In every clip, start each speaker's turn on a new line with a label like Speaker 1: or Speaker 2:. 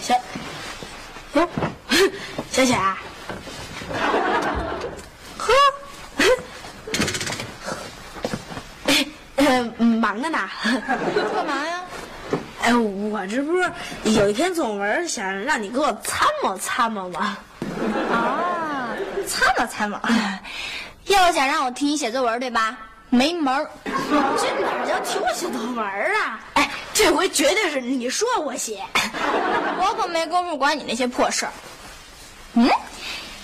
Speaker 1: 小，哟，小雪啊，呵，哎呃忙着呢，
Speaker 2: 干嘛呀？
Speaker 1: 哎，我这不是有一篇作文，想让你给我参谋参谋吗？
Speaker 2: 啊，参谋 参谋，又想让我替你写作文对吧？没门儿！
Speaker 1: 这哪叫替我写作文啊？哎，这回绝对是你说我 写，
Speaker 2: 我可没工夫管你那些破事儿。嗯，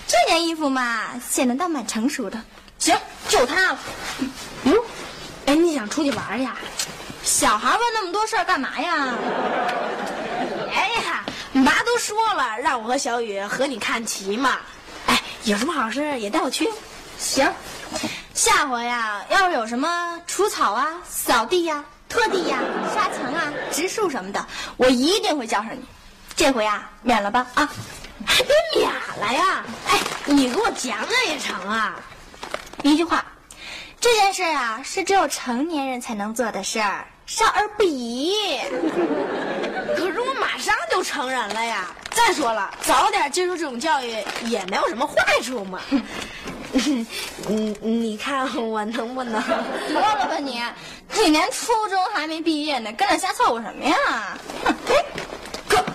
Speaker 2: 这件衣服嘛，显得倒蛮成熟的。行，就它了。
Speaker 1: 哟、哎，你想出去玩呀？
Speaker 2: 小孩问那么多事儿干嘛呀？
Speaker 1: 哎呀，妈都说了，让我和小雨和你看棋嘛。哎，有什么好事也带我去。
Speaker 2: 行，下回呀，要是有什么除草啊、扫地呀、拖地呀、刷墙啊、植树什么的，我一定会叫上你。这回啊，免了吧啊！
Speaker 1: 你俩了呀？哎，你给我讲讲也成啊。
Speaker 2: 一句话，这件事啊是只有成年人才能做的事儿，少儿不宜。
Speaker 1: 可是我马上就成人了呀。再说了，早点接受这种教育也没有什么坏处嘛。 你你看我能不能？
Speaker 2: 得了吧你，你连初中还没毕业呢，跟着瞎凑合什么呀？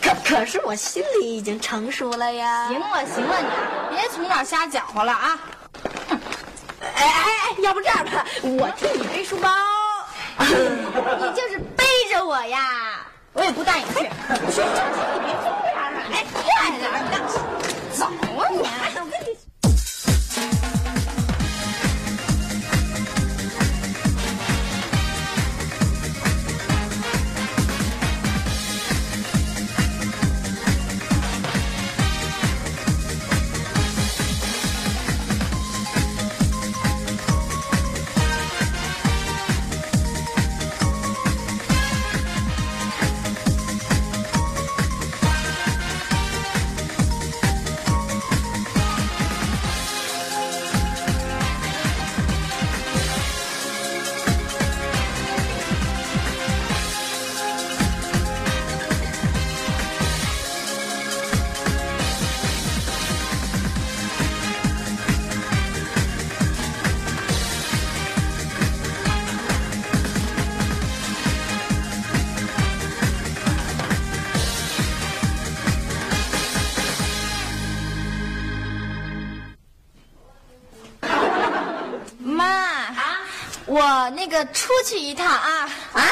Speaker 1: 可可是我心里已经成熟了呀。
Speaker 2: 行了行了你，别从这儿瞎搅和了啊！
Speaker 1: 哎哎哎，要不这样吧，我替你背 书包。
Speaker 2: 你就是背着我呀，我也不带你去。
Speaker 1: 说正事儿，你别这样啊！哎，快点儿的。
Speaker 2: 走啊你！
Speaker 1: 哎我跟你。
Speaker 2: 妈啊，我那个出去一趟啊啊！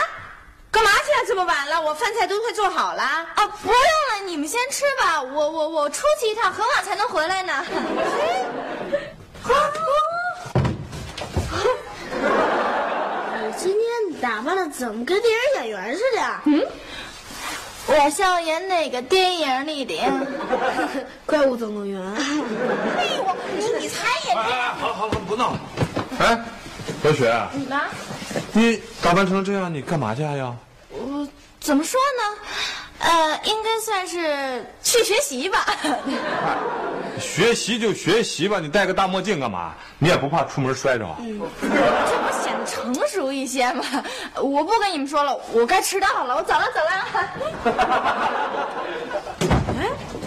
Speaker 1: 干嘛去啊？这么晚了，我饭菜都快做好了。
Speaker 2: 啊，不用了，你们先吃吧。我我我出去一趟，很晚才能回来 呢。
Speaker 1: 你哎今天打扮的怎么跟电影演员似的？嗯，
Speaker 2: 我像演哪个电影里的？
Speaker 1: 怪物总动员。
Speaker 2: 哎呦，我你你才演
Speaker 3: 哎哎，好好好，不闹了。哎，小雪，
Speaker 2: 你呢？
Speaker 3: 你打扮成这样，你干嘛去啊？要
Speaker 2: 我怎么说呢？呃，应该算是去学习吧。
Speaker 3: 学习就学习吧，你戴个大墨镜干嘛？你也不怕出门摔着啊？
Speaker 2: 嗯这不显得成熟一些吗？我不跟你们说了，我该迟到了，我走了 走了。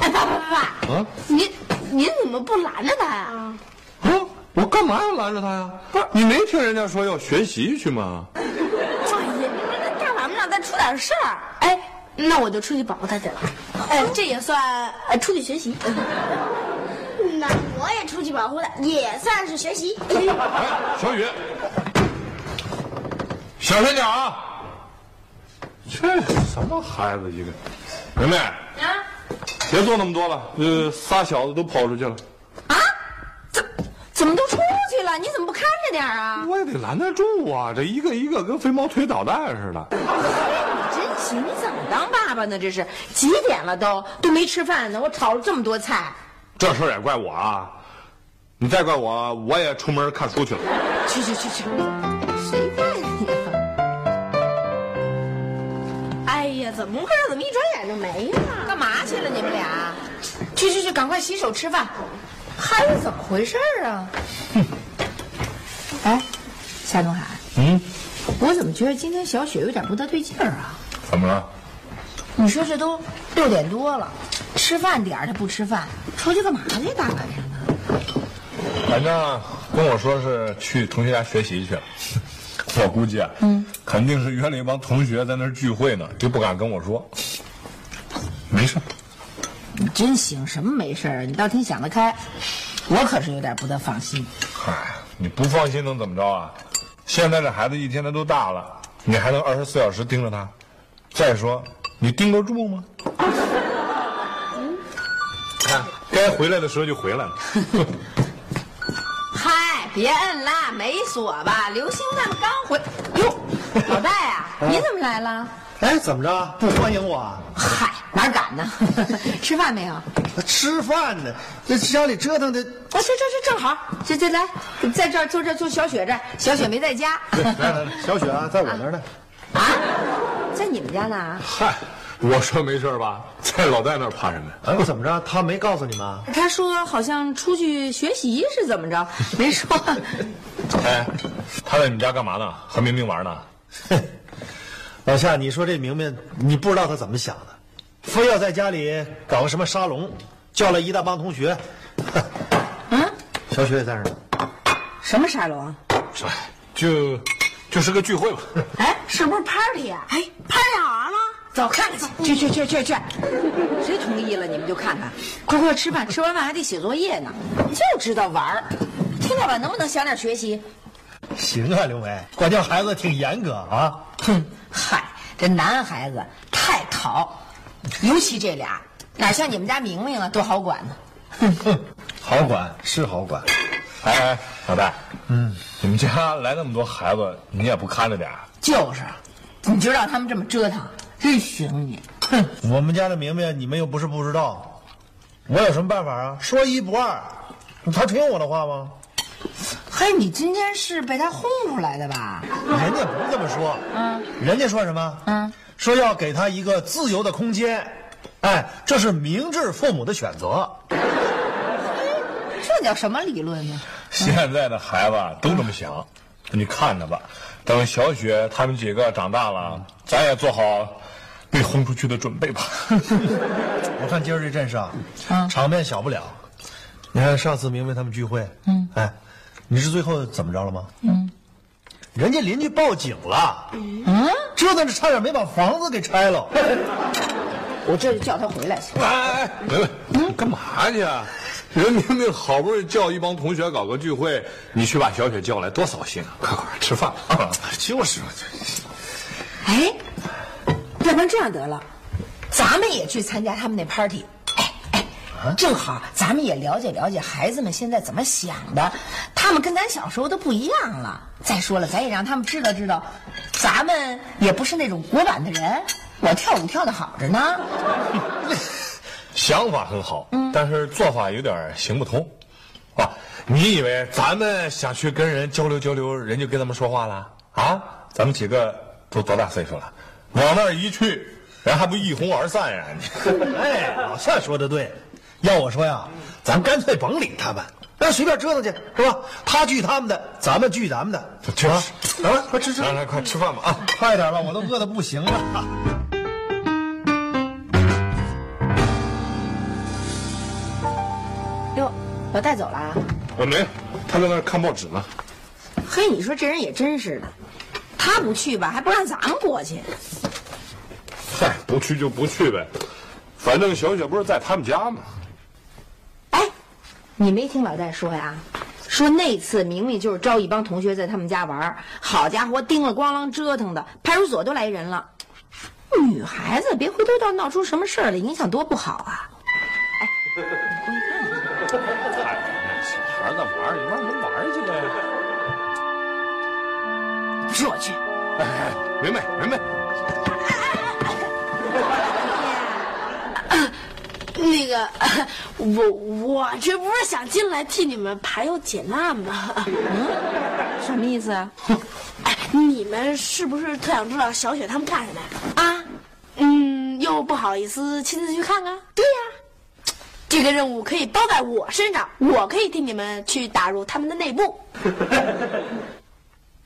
Speaker 1: 哎，爸爸爸，
Speaker 3: 啊
Speaker 1: 您您怎么不拦着他呀？
Speaker 3: 啊！我干嘛要拦着他呀？不是，你没听人家说要学习去吗？
Speaker 1: 哎这也大晚上再出点事儿。哎，那我就出去保护他去了。哎，这也算呃出去学习。 那我也出去保护他，也算是学习。
Speaker 3: 哎，小雨，小声点啊！这什么孩子一个？梅梅，
Speaker 2: 啊
Speaker 3: 别做那么多了，这仨小子都跑出去了，
Speaker 2: 啊，怎怎么都出去了？你怎么不看着点儿啊？
Speaker 3: 我也得拦得住啊！这一个一个跟肥猫推导弹似的。
Speaker 4: 真行，你怎么当爸爸呢？这是几点了都都没吃饭呢？我炒了这么多菜，
Speaker 3: 这事儿也怪我啊！你再怪我，我也出门看书去了。
Speaker 4: 去去去去，谁怪你呀、
Speaker 1: 哎呀，怎么回事？怎么一转眼就没了？
Speaker 4: 干嘛去了你们俩？去去去，赶快洗手吃饭。孩子怎么回事儿啊？哎，夏东海，
Speaker 3: 嗯，
Speaker 4: 我怎么觉得今天小雪有点不大对劲儿啊？
Speaker 3: 怎么了？
Speaker 4: 你说这都六点多了，吃饭点儿她不吃饭，出去干嘛去？大晚上的。
Speaker 3: 反正跟我说是去同学家学习去了。我估计啊，嗯，肯定是约了一帮同学在那儿聚会呢，就不敢跟我说。没事，
Speaker 4: 你真行，什么没事儿？你倒挺想得开，我可是有点不大放心。
Speaker 3: 哎，你不放心能怎么着啊？现在这孩子一天他都大了，你还能二十四小时盯着他？再说，你盯得住吗？嗯看，该回来的时候就回来了。
Speaker 4: 嗨，别摁啦，没锁吧？刘星他们刚回，哟，老戴啊， 你怎么来了？
Speaker 5: 哎，怎么着？不欢迎我啊？
Speaker 4: 嗨，哪敢呢？ 吃饭没有？
Speaker 5: 吃饭呢，这家里折腾的。
Speaker 4: 啊，这这这正好，这这来，在这儿坐这儿坐小雪这儿，小雪没在家
Speaker 5: 来来来，小雪 啊，在我那儿呢。
Speaker 4: 啊，在你们家呢啊？
Speaker 3: 嗨，我说没事吧？在老戴那儿怕什么呀？
Speaker 5: 哎，怎么着？他没告诉你们啊？
Speaker 4: 他说好像出去学习是怎么着？没 说。
Speaker 3: 哎，他在你们家干嘛呢？和明明玩呢？
Speaker 5: 老夏，你说这明明，你不知道他怎么想的，非要在家里搞个什么沙龙，叫了一大帮同学。
Speaker 4: 嗯，
Speaker 5: 小雪也在这儿呢。
Speaker 4: 什么沙龙？啊
Speaker 3: 是吧，就就是个聚会吧。
Speaker 1: 哎，是不是 party 啊？哎，party 好玩吗？
Speaker 4: 走，看看去，去去去去去，谁同意了你们就看看，快快吃饭，吃完饭还得写作业呢，就知道玩儿，听到吧？能不能想点学习？
Speaker 5: 行啊，刘梅，管教孩子挺严格啊。
Speaker 4: 哼，嗨，这男孩子太淘，尤其这俩，哪像你们家明明啊，多好管呢。
Speaker 5: 好管是好管，
Speaker 3: 哎哎，老戴，嗯，你们家来那么多孩子，你也不看着点儿
Speaker 4: 就是，你就让他们这么折腾，真行你。哼，
Speaker 5: 我们家的明明你们又不是不知道，我有什么办法啊？说一不二，他听我的话吗？
Speaker 4: 嘿，你今天是被他轰出来的吧？
Speaker 5: 人家不是这么说，嗯，人家说什么？嗯，说要给他一个自由的空间，哎，这是明智父母的选择。
Speaker 4: 这叫什么理论呢？
Speaker 3: 现在的孩子啊都这么想，你看着吧，等小雪他们几个长大了，咱也做好被轰出去的准备吧。
Speaker 5: 我看今儿这阵势啊，场面小不了。你看上次明明他们聚会，嗯，哎，你是最后怎么着了吗？嗯，人家邻居报警了，嗯，折腾着差点没把房子给拆了。
Speaker 4: 我这就叫他回来去。
Speaker 3: 哎 哎哎，梅梅，你干嘛去啊？人明明好不容易叫一帮同学搞个聚会，你去把小雪叫来，多扫兴啊！快快吃饭 啊！
Speaker 5: 就是嘛，
Speaker 4: 哎，要不然这样得了，咱们也去参加他们那 party。哎哎，正好咱们也了解了解孩子们现在怎么想的，他们跟咱小时候都不一样了。再说了，咱也让他们知道知道，咱们也不是那种古板的人。我跳舞跳的好着呢，
Speaker 3: 想法很好，但是做法有点行不通，啊！你以为咱们想去跟人交流交流，人就跟他们说话了啊？咱们几个都多大岁数了，往那儿一去，人还不一哄而散呀、你
Speaker 5: 哎，老夏说的对，要我说呀，咱干脆甭理他们，让随便折腾去，是吧？他聚他们的，咱们聚咱们的，
Speaker 3: 就是
Speaker 5: 啊，来吧，快吃吃，
Speaker 3: 来来，快吃饭吧啊！
Speaker 5: 快点吧，我都饿得不行了。
Speaker 4: 哟，老带走了啊。
Speaker 3: 我没有，他在那儿看报纸呢。
Speaker 4: 嘿，你说这人也真是的，他不去吧，还不让咱们过去。
Speaker 3: 嗨，不去就不去呗，反正小雪不是在他们家吗？
Speaker 4: 哎，你没听老戴说呀？说那次明明就是招一帮同学在他们家玩儿，好家伙，叮了咣啷折腾的，派出所都来人了。女孩子别回头到闹出什么事儿来，影响多不好啊！
Speaker 3: 小孩子玩儿，你让人玩儿去呗。
Speaker 4: 指我去，
Speaker 3: 明白明白，
Speaker 1: 那个，呃我我这不是想进来替你们排忧解难吗？
Speaker 4: 什么意思啊？
Speaker 1: 哎，你们是不是特想知道小雪他们干什么呀？
Speaker 4: 啊，
Speaker 1: 嗯，又不好意思亲自去看看。对呀、这个任务可以包在我身上，我可以替你们去打入他们的内部。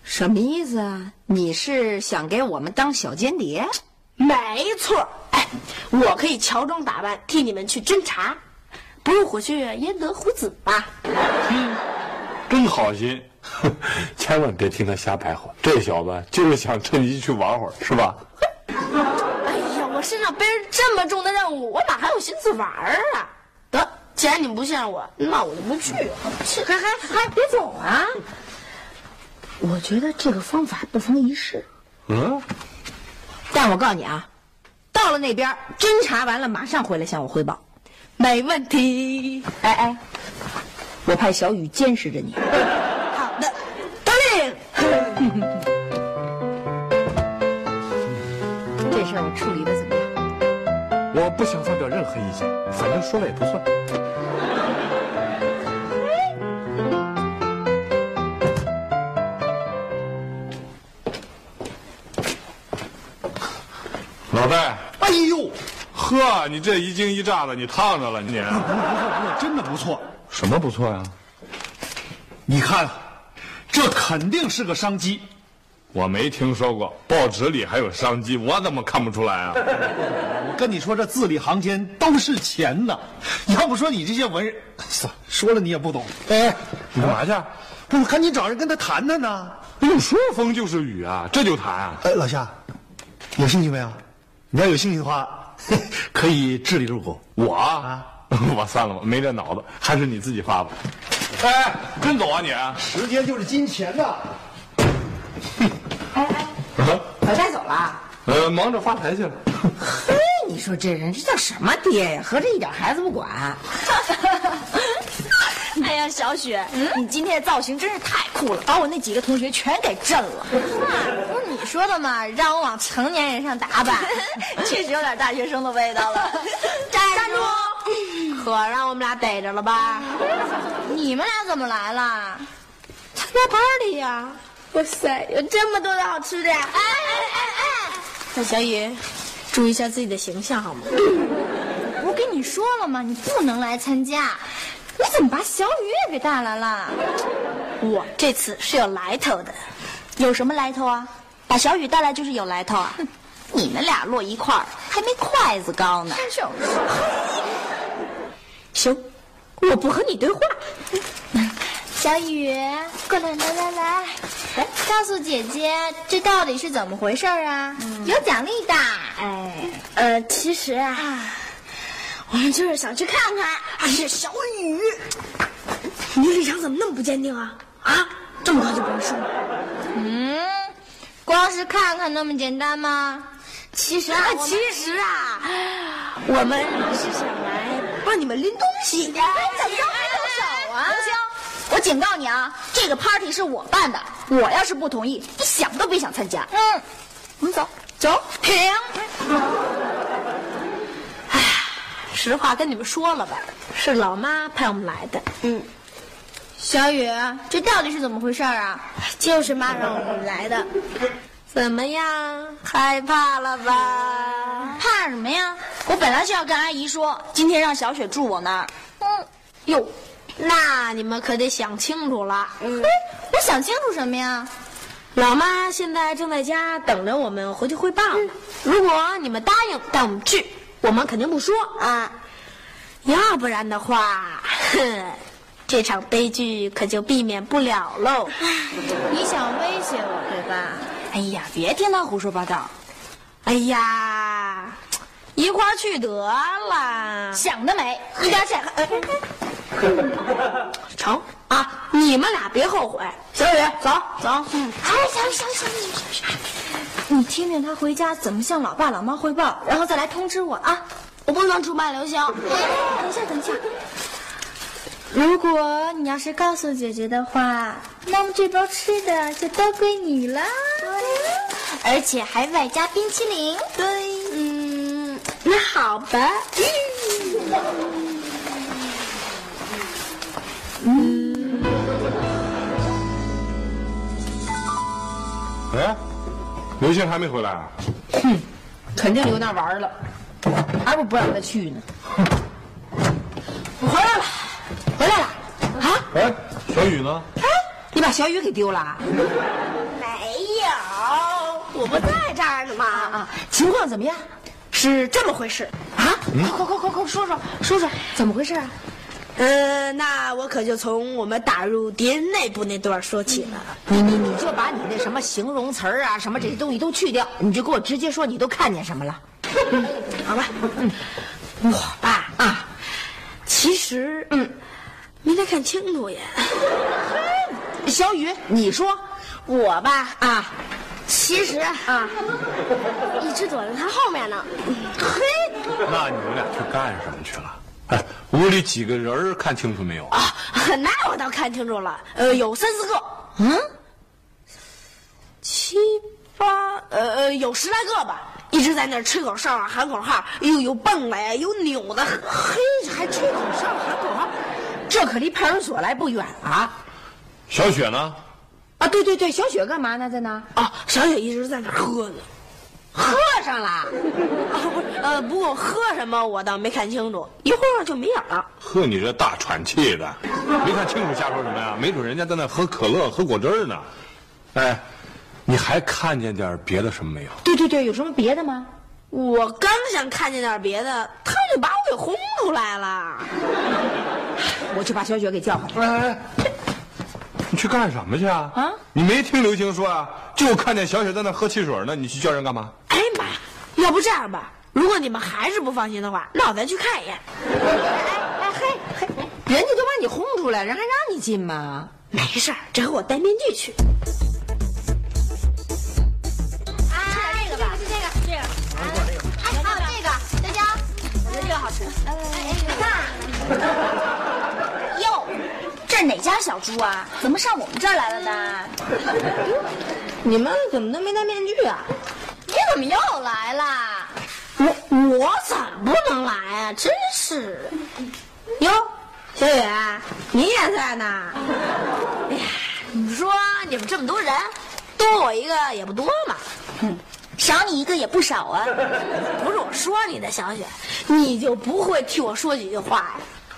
Speaker 4: 什么意思啊？你是想给我们当小间谍？
Speaker 1: 没错，哎，我可以乔装打扮替你们去侦查，不入虎穴焉得虎子嘛。
Speaker 3: 真好心， 千万别听他瞎白活，这小子就是想趁机去玩会儿，是吧？
Speaker 1: 哎呀，我身上背着这么重的任务，我哪还有心思玩儿啊？得，既然你们不信任我，那我就不去了。
Speaker 4: 还还还别走啊！我觉得这个方法不妨一试。
Speaker 3: 嗯，
Speaker 4: 但我告诉你啊，到了那边侦查完了，马上回来向我汇报。
Speaker 1: 没问题。
Speaker 4: 哎哎，我派小雨监视着你。
Speaker 1: 好的，
Speaker 4: 得令。这事儿我处理的怎么样？
Speaker 3: 我不想发表任何意见，反正说了也不算。老戴，
Speaker 5: 哎呦，
Speaker 3: 呵，你这一惊一乍的，你烫着了你。
Speaker 5: 真的不错。
Speaker 3: 什么不错呀、
Speaker 5: 你看，啊这肯定是个商机。
Speaker 3: 我没听说过，报纸里还有商机，我怎么看不出来啊？
Speaker 5: 我跟你说，这字里行间都是钱呐。要不说你这些文人，算了说了你也不懂。哎，
Speaker 3: 你干嘛去？
Speaker 5: 不是，我看你找人跟他谈谈呢。
Speaker 3: 哎呦，说风就是雨啊，这就谈啊？
Speaker 5: 哎，老夏，有兴趣没有？你要有兴趣的话， 可以智力入股。
Speaker 3: 我啊， 我算了吧，没这脑子，还是你自己发吧。哎，真走啊你？
Speaker 5: 时间就是金钱呐。
Speaker 4: 我带走了。
Speaker 3: 呃，忙着发财去了。
Speaker 4: 嘿，哎你说这人这叫什么爹呀？合着一点孩子不管。
Speaker 2: 哎呀，小雪，你今天的造型真是太酷了，把我那几个同学全给震了。不是你说的吗？让我往成年人上打 扮，确实有点大学生的味道了。
Speaker 1: 站住！可让我们俩逮着了吧？
Speaker 2: 你们俩怎么来了？
Speaker 1: 参加 party 呀、哇塞，有这么多的好吃的呀！哎哎哎哎！那小雨，注意一下自己的形象好吗？
Speaker 2: 我跟你说了吗？你不能来参加。你怎么把小雨也给带来了？
Speaker 1: 我这次是有来头的。
Speaker 2: 有什么来头啊？把小雨带来就是有来头啊！你们俩落一块儿，还没筷子高呢。
Speaker 1: 行，我不和你对话。
Speaker 2: 小雨，过来来来来，告诉姐姐这到底是怎么回事儿啊？有奖励的。哎，
Speaker 1: 呃，其实啊，我们就是想去看看。哎呀，小雨，你立场怎么那么不坚定啊？啊，这么快就表示了？
Speaker 2: 嗯，光是看看那么简单吗？其实啊，
Speaker 1: 其实啊，我们是想来帮你们拎东西的。
Speaker 2: 哎怎么着还动手啊？刘星，我警告你啊，这个 party 是我办的，我要是不同意，你想都别想参加。嗯，我们走，走，停。
Speaker 1: 哎实话跟你们说了吧，是老妈派我们来的。嗯，
Speaker 2: 小雨，这到底是怎么回事啊？
Speaker 1: 就是妈让我们来的。怎么样，害怕了吧？
Speaker 2: 怕什么呀？我本来就要跟阿姨说，今天让小雪住我那儿。嗯，
Speaker 1: 哟，那你们可得想清楚了。嗯。
Speaker 2: 我想清楚什么呀？
Speaker 1: 老妈现在正在家等着我们回去汇报。
Speaker 2: 嗯
Speaker 1: 如果你们答应带我们去，我们肯定不说啊。要不然的话， 哼，这场悲剧可就避免不了喽。
Speaker 2: 你想威胁我对吧？
Speaker 1: 哎呀，别听他胡说八道。哎呀，一块儿去得了。
Speaker 2: 想得美，一边去。
Speaker 1: 呃 成啊，你们俩别后悔。小雨，走走。嗯。
Speaker 2: 哎，小雨，小雨，小雨，小雨，你听听他回家怎么向老爸老妈汇报，然后再来通知我啊！我不能出卖刘星。等一下，等一下。如果你要是告诉姐姐的话，那么这包吃的就都归你啦。对，而且还外加冰淇淋。对，嗯，
Speaker 1: 那好吧。
Speaker 3: 哎，刘星还没回来啊？
Speaker 4: 肯定留那儿玩了，还不不让他去呢。
Speaker 1: 回来了，
Speaker 4: 回来了啊？
Speaker 3: 哎，小雨呢？
Speaker 4: 你把小雨给丢了啊？
Speaker 1: 没有，我不在这儿呢嘛。
Speaker 4: 啊，情况怎么样？
Speaker 1: 是这么回事，
Speaker 4: 啊？快快快快快说说说说，怎么回事啊？
Speaker 1: 嗯，那我可就从我们打入敌人内部那段说起了。
Speaker 4: 你你你就把你那什么形容词儿啊，什么这些东西都去掉，你就给我直接说你都看见什么了。
Speaker 1: 好吧，嗯我吧啊，其实嗯，没太看清楚也。
Speaker 4: 小雨，你说
Speaker 1: 我吧，
Speaker 4: 啊？
Speaker 1: 其实啊，一直躲在他后面呢。嗯嘿，
Speaker 3: 那你们俩去干什么去了？哎，屋里几个人儿看清楚没有？
Speaker 1: 啊，那我倒看清楚了，呃，有三四个，嗯，七八，呃呃，有十来个吧。一直在那儿吹口哨啊，喊口号，又有蹦的呀，有扭的，嘿，还吹口哨喊口号。
Speaker 4: 这可离派出所来不远啊！
Speaker 3: 小雪呢？
Speaker 4: 啊，对对对，小雪干嘛呢？在那儿
Speaker 1: 啊，小雪一直在那儿喝呢。
Speaker 4: 喝上了。
Speaker 1: 啊，不是，呃，不过喝什么我倒没看清楚，一会儿就没影儿了。
Speaker 3: 呵，你这大喘气的，没看清楚瞎说什么呀？没准人家在那喝可乐、喝果汁儿呢。哎，你还看见点别的什么没有？
Speaker 4: 对对对，有什么别的吗？
Speaker 1: 我刚想看见点别的，他就把我给轰出来了。
Speaker 4: 我去把小雪给叫回来。
Speaker 3: 哎哎哎，你去干什么去啊？
Speaker 4: 啊
Speaker 3: 你没听刘星说啊？就看见小雪在那喝汽水呢，你去叫人干嘛？
Speaker 1: 哎呀妈呀！要不这样吧，如果你们还是不放心的话，那我再去看一眼。
Speaker 4: 哎嘿嘿，人家都把你轰出来，人还让你进吗？
Speaker 1: 没事儿，这回我戴面具去。
Speaker 2: 哎，这个吧，是这个，这个。哎，还有这个，大家，我觉得这个好吃。哎，你看，哟，这是哪家小猪啊？怎么上我们这儿来了呢？
Speaker 1: 你们怎么都没戴面具啊？
Speaker 2: 你怎么又来啦？
Speaker 1: 我我怎么不能来啊？真是的。哟，小雨，你也在呢。哎呀，你说你们这么多人，多我一个也不多嘛。
Speaker 2: 少你一个也不少啊。
Speaker 1: 不是我说你的，小雪，你就不会替我说几句话呀？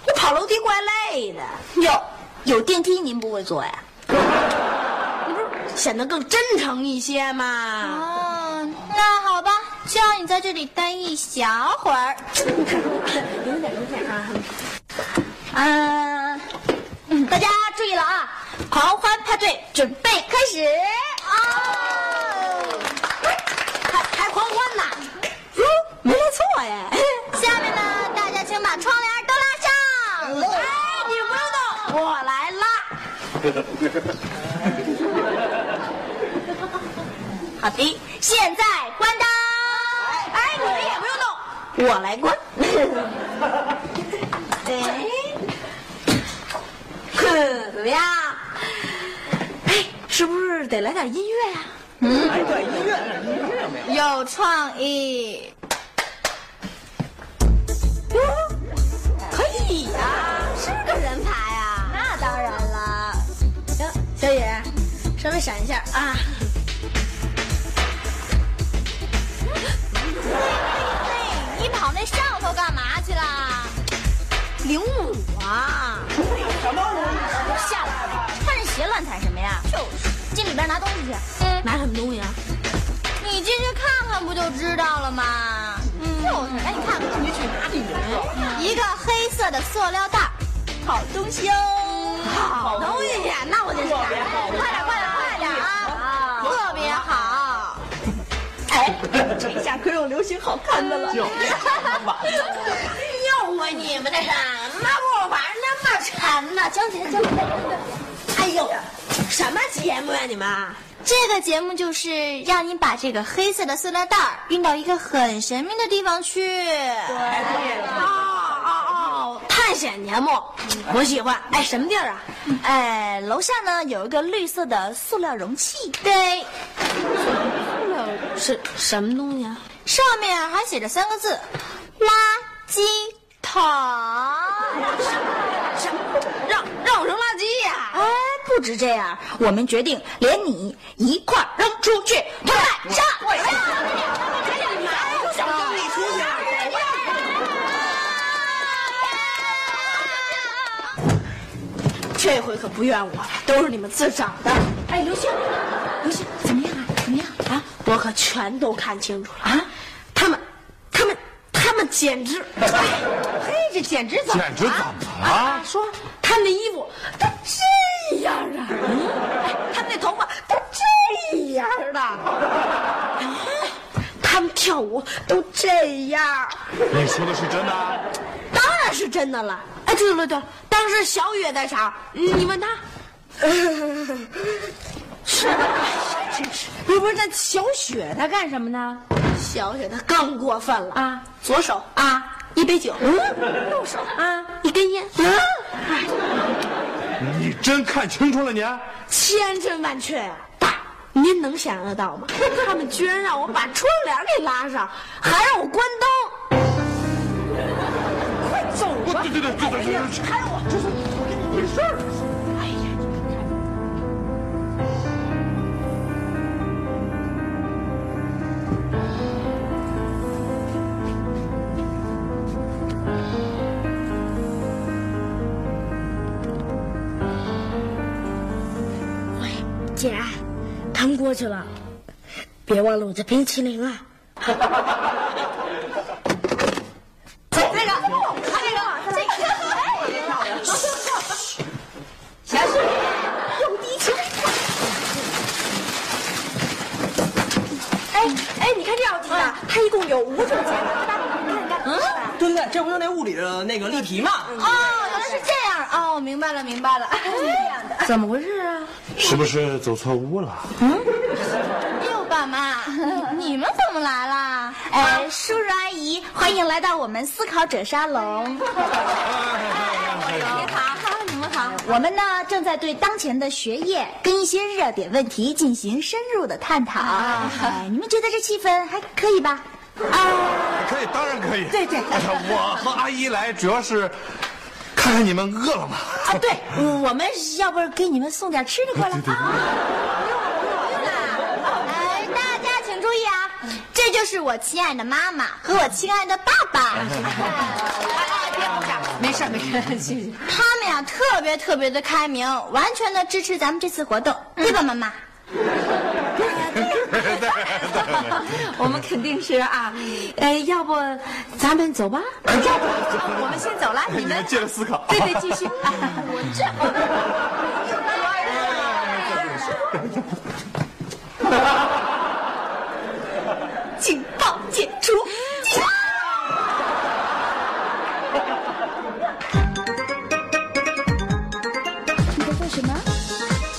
Speaker 1: 我跑楼梯怪累的，
Speaker 2: 哟，有电梯您不会坐呀？
Speaker 1: 你不是显得更真诚一些吗？
Speaker 2: 哦，那好吧，就让你在这里待一小会儿。
Speaker 1: 啊
Speaker 2: 嗯，嗯大家注意了啊！狂欢派对准备开始哦！
Speaker 1: 还还狂欢呢？嗯，没错耶。
Speaker 2: 下面呢，大家请把窗帘都拉上。
Speaker 1: 哎，你不要动，我来拉。
Speaker 2: 好的，现在关灯。
Speaker 1: 哎，你们也不用动，我来关。哎，哼，怎么样？哎，是不是得来点音乐呀、
Speaker 2: 有创意。
Speaker 1: 可以呀、是个人才呀、
Speaker 2: 那当然了。
Speaker 1: 行，小野，稍微闪一下啊。
Speaker 2: 嘿，你跑那上头干嘛去啦？
Speaker 1: 零五啊，
Speaker 2: 吓死我！穿着鞋乱踩什么呀？就是，进里边拿东西去。嗯，
Speaker 1: 拿什么东西啊？
Speaker 2: 你进去看看不就知道了吗？嗯，就是，哎，你看看，你去哪里啊一个黑色的塑料袋，好东西哦。
Speaker 1: 好东西，那我就拿。
Speaker 2: 快点，快点，快点啊！特别好。
Speaker 1: 哎诱惑你们的什么不玩那么沉呢？江姐，江姐，哎呦，什么节目呀、你们？
Speaker 2: 这个节目就是让你把这个黑色的塑料袋儿运到一个很神秘的地方去。
Speaker 1: 哦哦哦，探险节目，我喜欢。哎，什么地儿啊？
Speaker 2: 哎，楼下呢有一个绿色的塑料容器，对，
Speaker 1: 是什么东西啊？
Speaker 2: 上面还写着三个字：垃圾桶。
Speaker 1: 好，让让我扔垃圾呀、
Speaker 2: 哎，不止这样，我们决定连你一块儿扔出去，对吧？上！
Speaker 1: 这回可不怨我了，都是你们自找的。
Speaker 2: 哎，刘星，刘星，怎么样啊？怎么样啊？
Speaker 1: 我可全都看清楚了
Speaker 2: 啊！
Speaker 1: 他们，他们，他们简直，哎
Speaker 4: 嘿，这简直怎么
Speaker 3: 简直怎么了？
Speaker 1: 啊说他们的衣服都这样啊，哎他们那头发都这样的，啊他们跳舞都这样，
Speaker 3: 你哎说的是真的啊？
Speaker 1: 当然是真的了。哎，对了对了，当时小雨也在场，你 问他。是，哎呀真是
Speaker 4: 不是不是，那小雪她干什么呢？
Speaker 1: 小雪她更过分了
Speaker 4: 啊！
Speaker 1: 左手啊一杯酒，右手啊一根烟，啊
Speaker 3: 你真看清楚了
Speaker 5: 啊
Speaker 3: 你？
Speaker 1: 千真万确啊！爸，您能想得到吗？他们居然让我把窗帘给拉上，还让我关灯。
Speaker 3: 我对对对对
Speaker 1: 哎
Speaker 3: 对对。
Speaker 1: 姐，他们过去了，别忘了我的冰淇淋啊！
Speaker 2: 哎哎，你看这道题啊，它一共有五种解法。
Speaker 6: 对对对，这不就那物理的那个例题吗？
Speaker 2: 哦，原来是这样哦，明白了明白了，是这样的。
Speaker 4: 怎么回事啊？
Speaker 3: 是不是走错屋了？
Speaker 2: 哎呦，爸妈，你们怎么来啦？哎，叔叔阿姨，欢迎来到我们思考者沙龙。
Speaker 3: 哎
Speaker 2: 你好，你们好。我们呢正在对当前的学业跟一些热点问题进行深入的探讨。哎，你们觉得这气氛还可以吧？
Speaker 3: 可以，当然可以。对对，哎我和阿姨来主要是看看你们饿了吗？
Speaker 4: 啊，对，我们要不给你们送点吃的过来？
Speaker 2: 哎，大家请注意啊，这就是我亲爱的妈妈和我亲爱的爸爸。
Speaker 1: 哎
Speaker 4: 没事儿没事儿，谢谢。
Speaker 2: 他们呀，特别特别的开明，完全的支持咱们这次活动，
Speaker 1: 嗯
Speaker 2: 对吧，妈妈？
Speaker 4: 我们肯定是啊，哎，要不咱们走吧？我们先走了，你
Speaker 3: 你们
Speaker 4: 们
Speaker 3: 接着思考。
Speaker 4: 对对继续。
Speaker 2: 警报解除。你在做什么？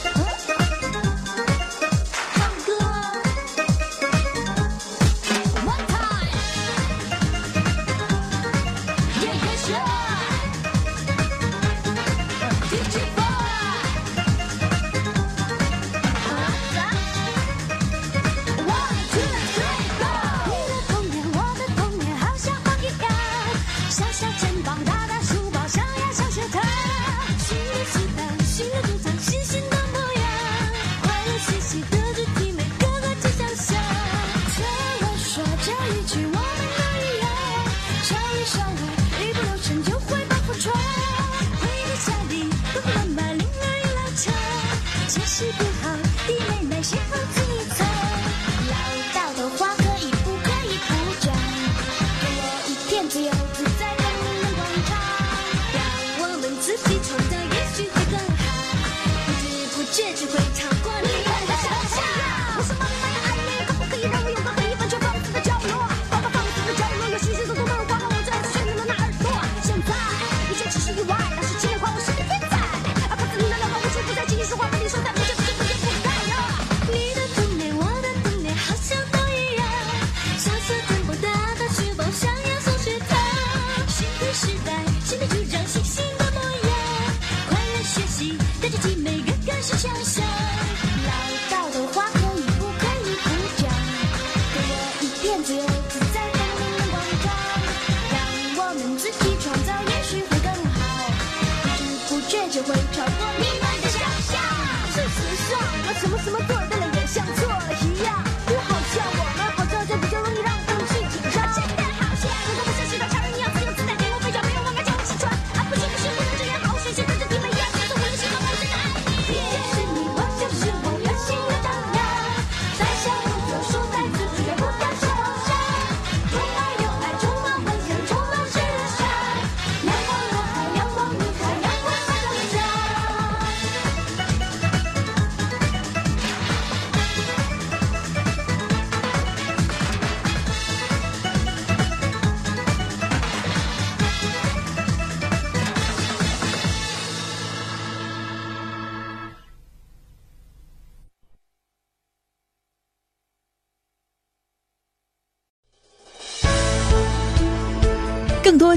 Speaker 2: 嗯，唱歌。One time。Yeah yeah sure。DJ boy。One, two, three, go！
Speaker 7: 你的童年，我的童年，好像梦一样。小小肩膀，大大书包，上呀上学堂。新的纸板，新的主场，新新的模样。快乐学习，德智体美，个个都想象。对我说这一句，我们都一样。朝里朝外，一不留神就会把破窗。回到家里，爸爸妈妈铃儿一拉长，学习不好，弟妹妹谁好自己藏。老道的话可以不可以不讲？给我一片自由自在的人人广场，让我们自己创造，也许会更好。不知不觉就会超过你们的想象。我是妈妈的爱你，可不可以让我有个可以完全放肆的角落？包包放肆的角落，有星星的动漫，我让我最爱的旋律的那耳朵。现在一切只是意外，那是情里话，我是个天才。啊，不自你的浪漫，无处不在，轻易说话，把你说在，不见不见不见不该哟。你的童年，我的童年，好像都一样。小小肩膀，大大书包，上呀上学堂。新的时代，新的主张，新新的模样。快乐学习，带着体美，个个是强项。老道的话可以不可以不讲？给我一片自由自在的人人广场，让我们自己创造，怎么做人的脸也像错了一样，就好像我们好像就比较容易让别人去紧张。真的好像如果不像寻找常人一样自由自在，别无非找，没有王法叫我起床。啊，不行不行，不能这样好水，现在的你们也别做我的心妈妈真的爱你。你就是你，我就是我，任性又张扬，在笑不就输在自己，也不要受伤。充满有爱，充满幻想，充满时尚。阳光男孩，阳光女孩，阳光闪耀家。
Speaker 8: 更多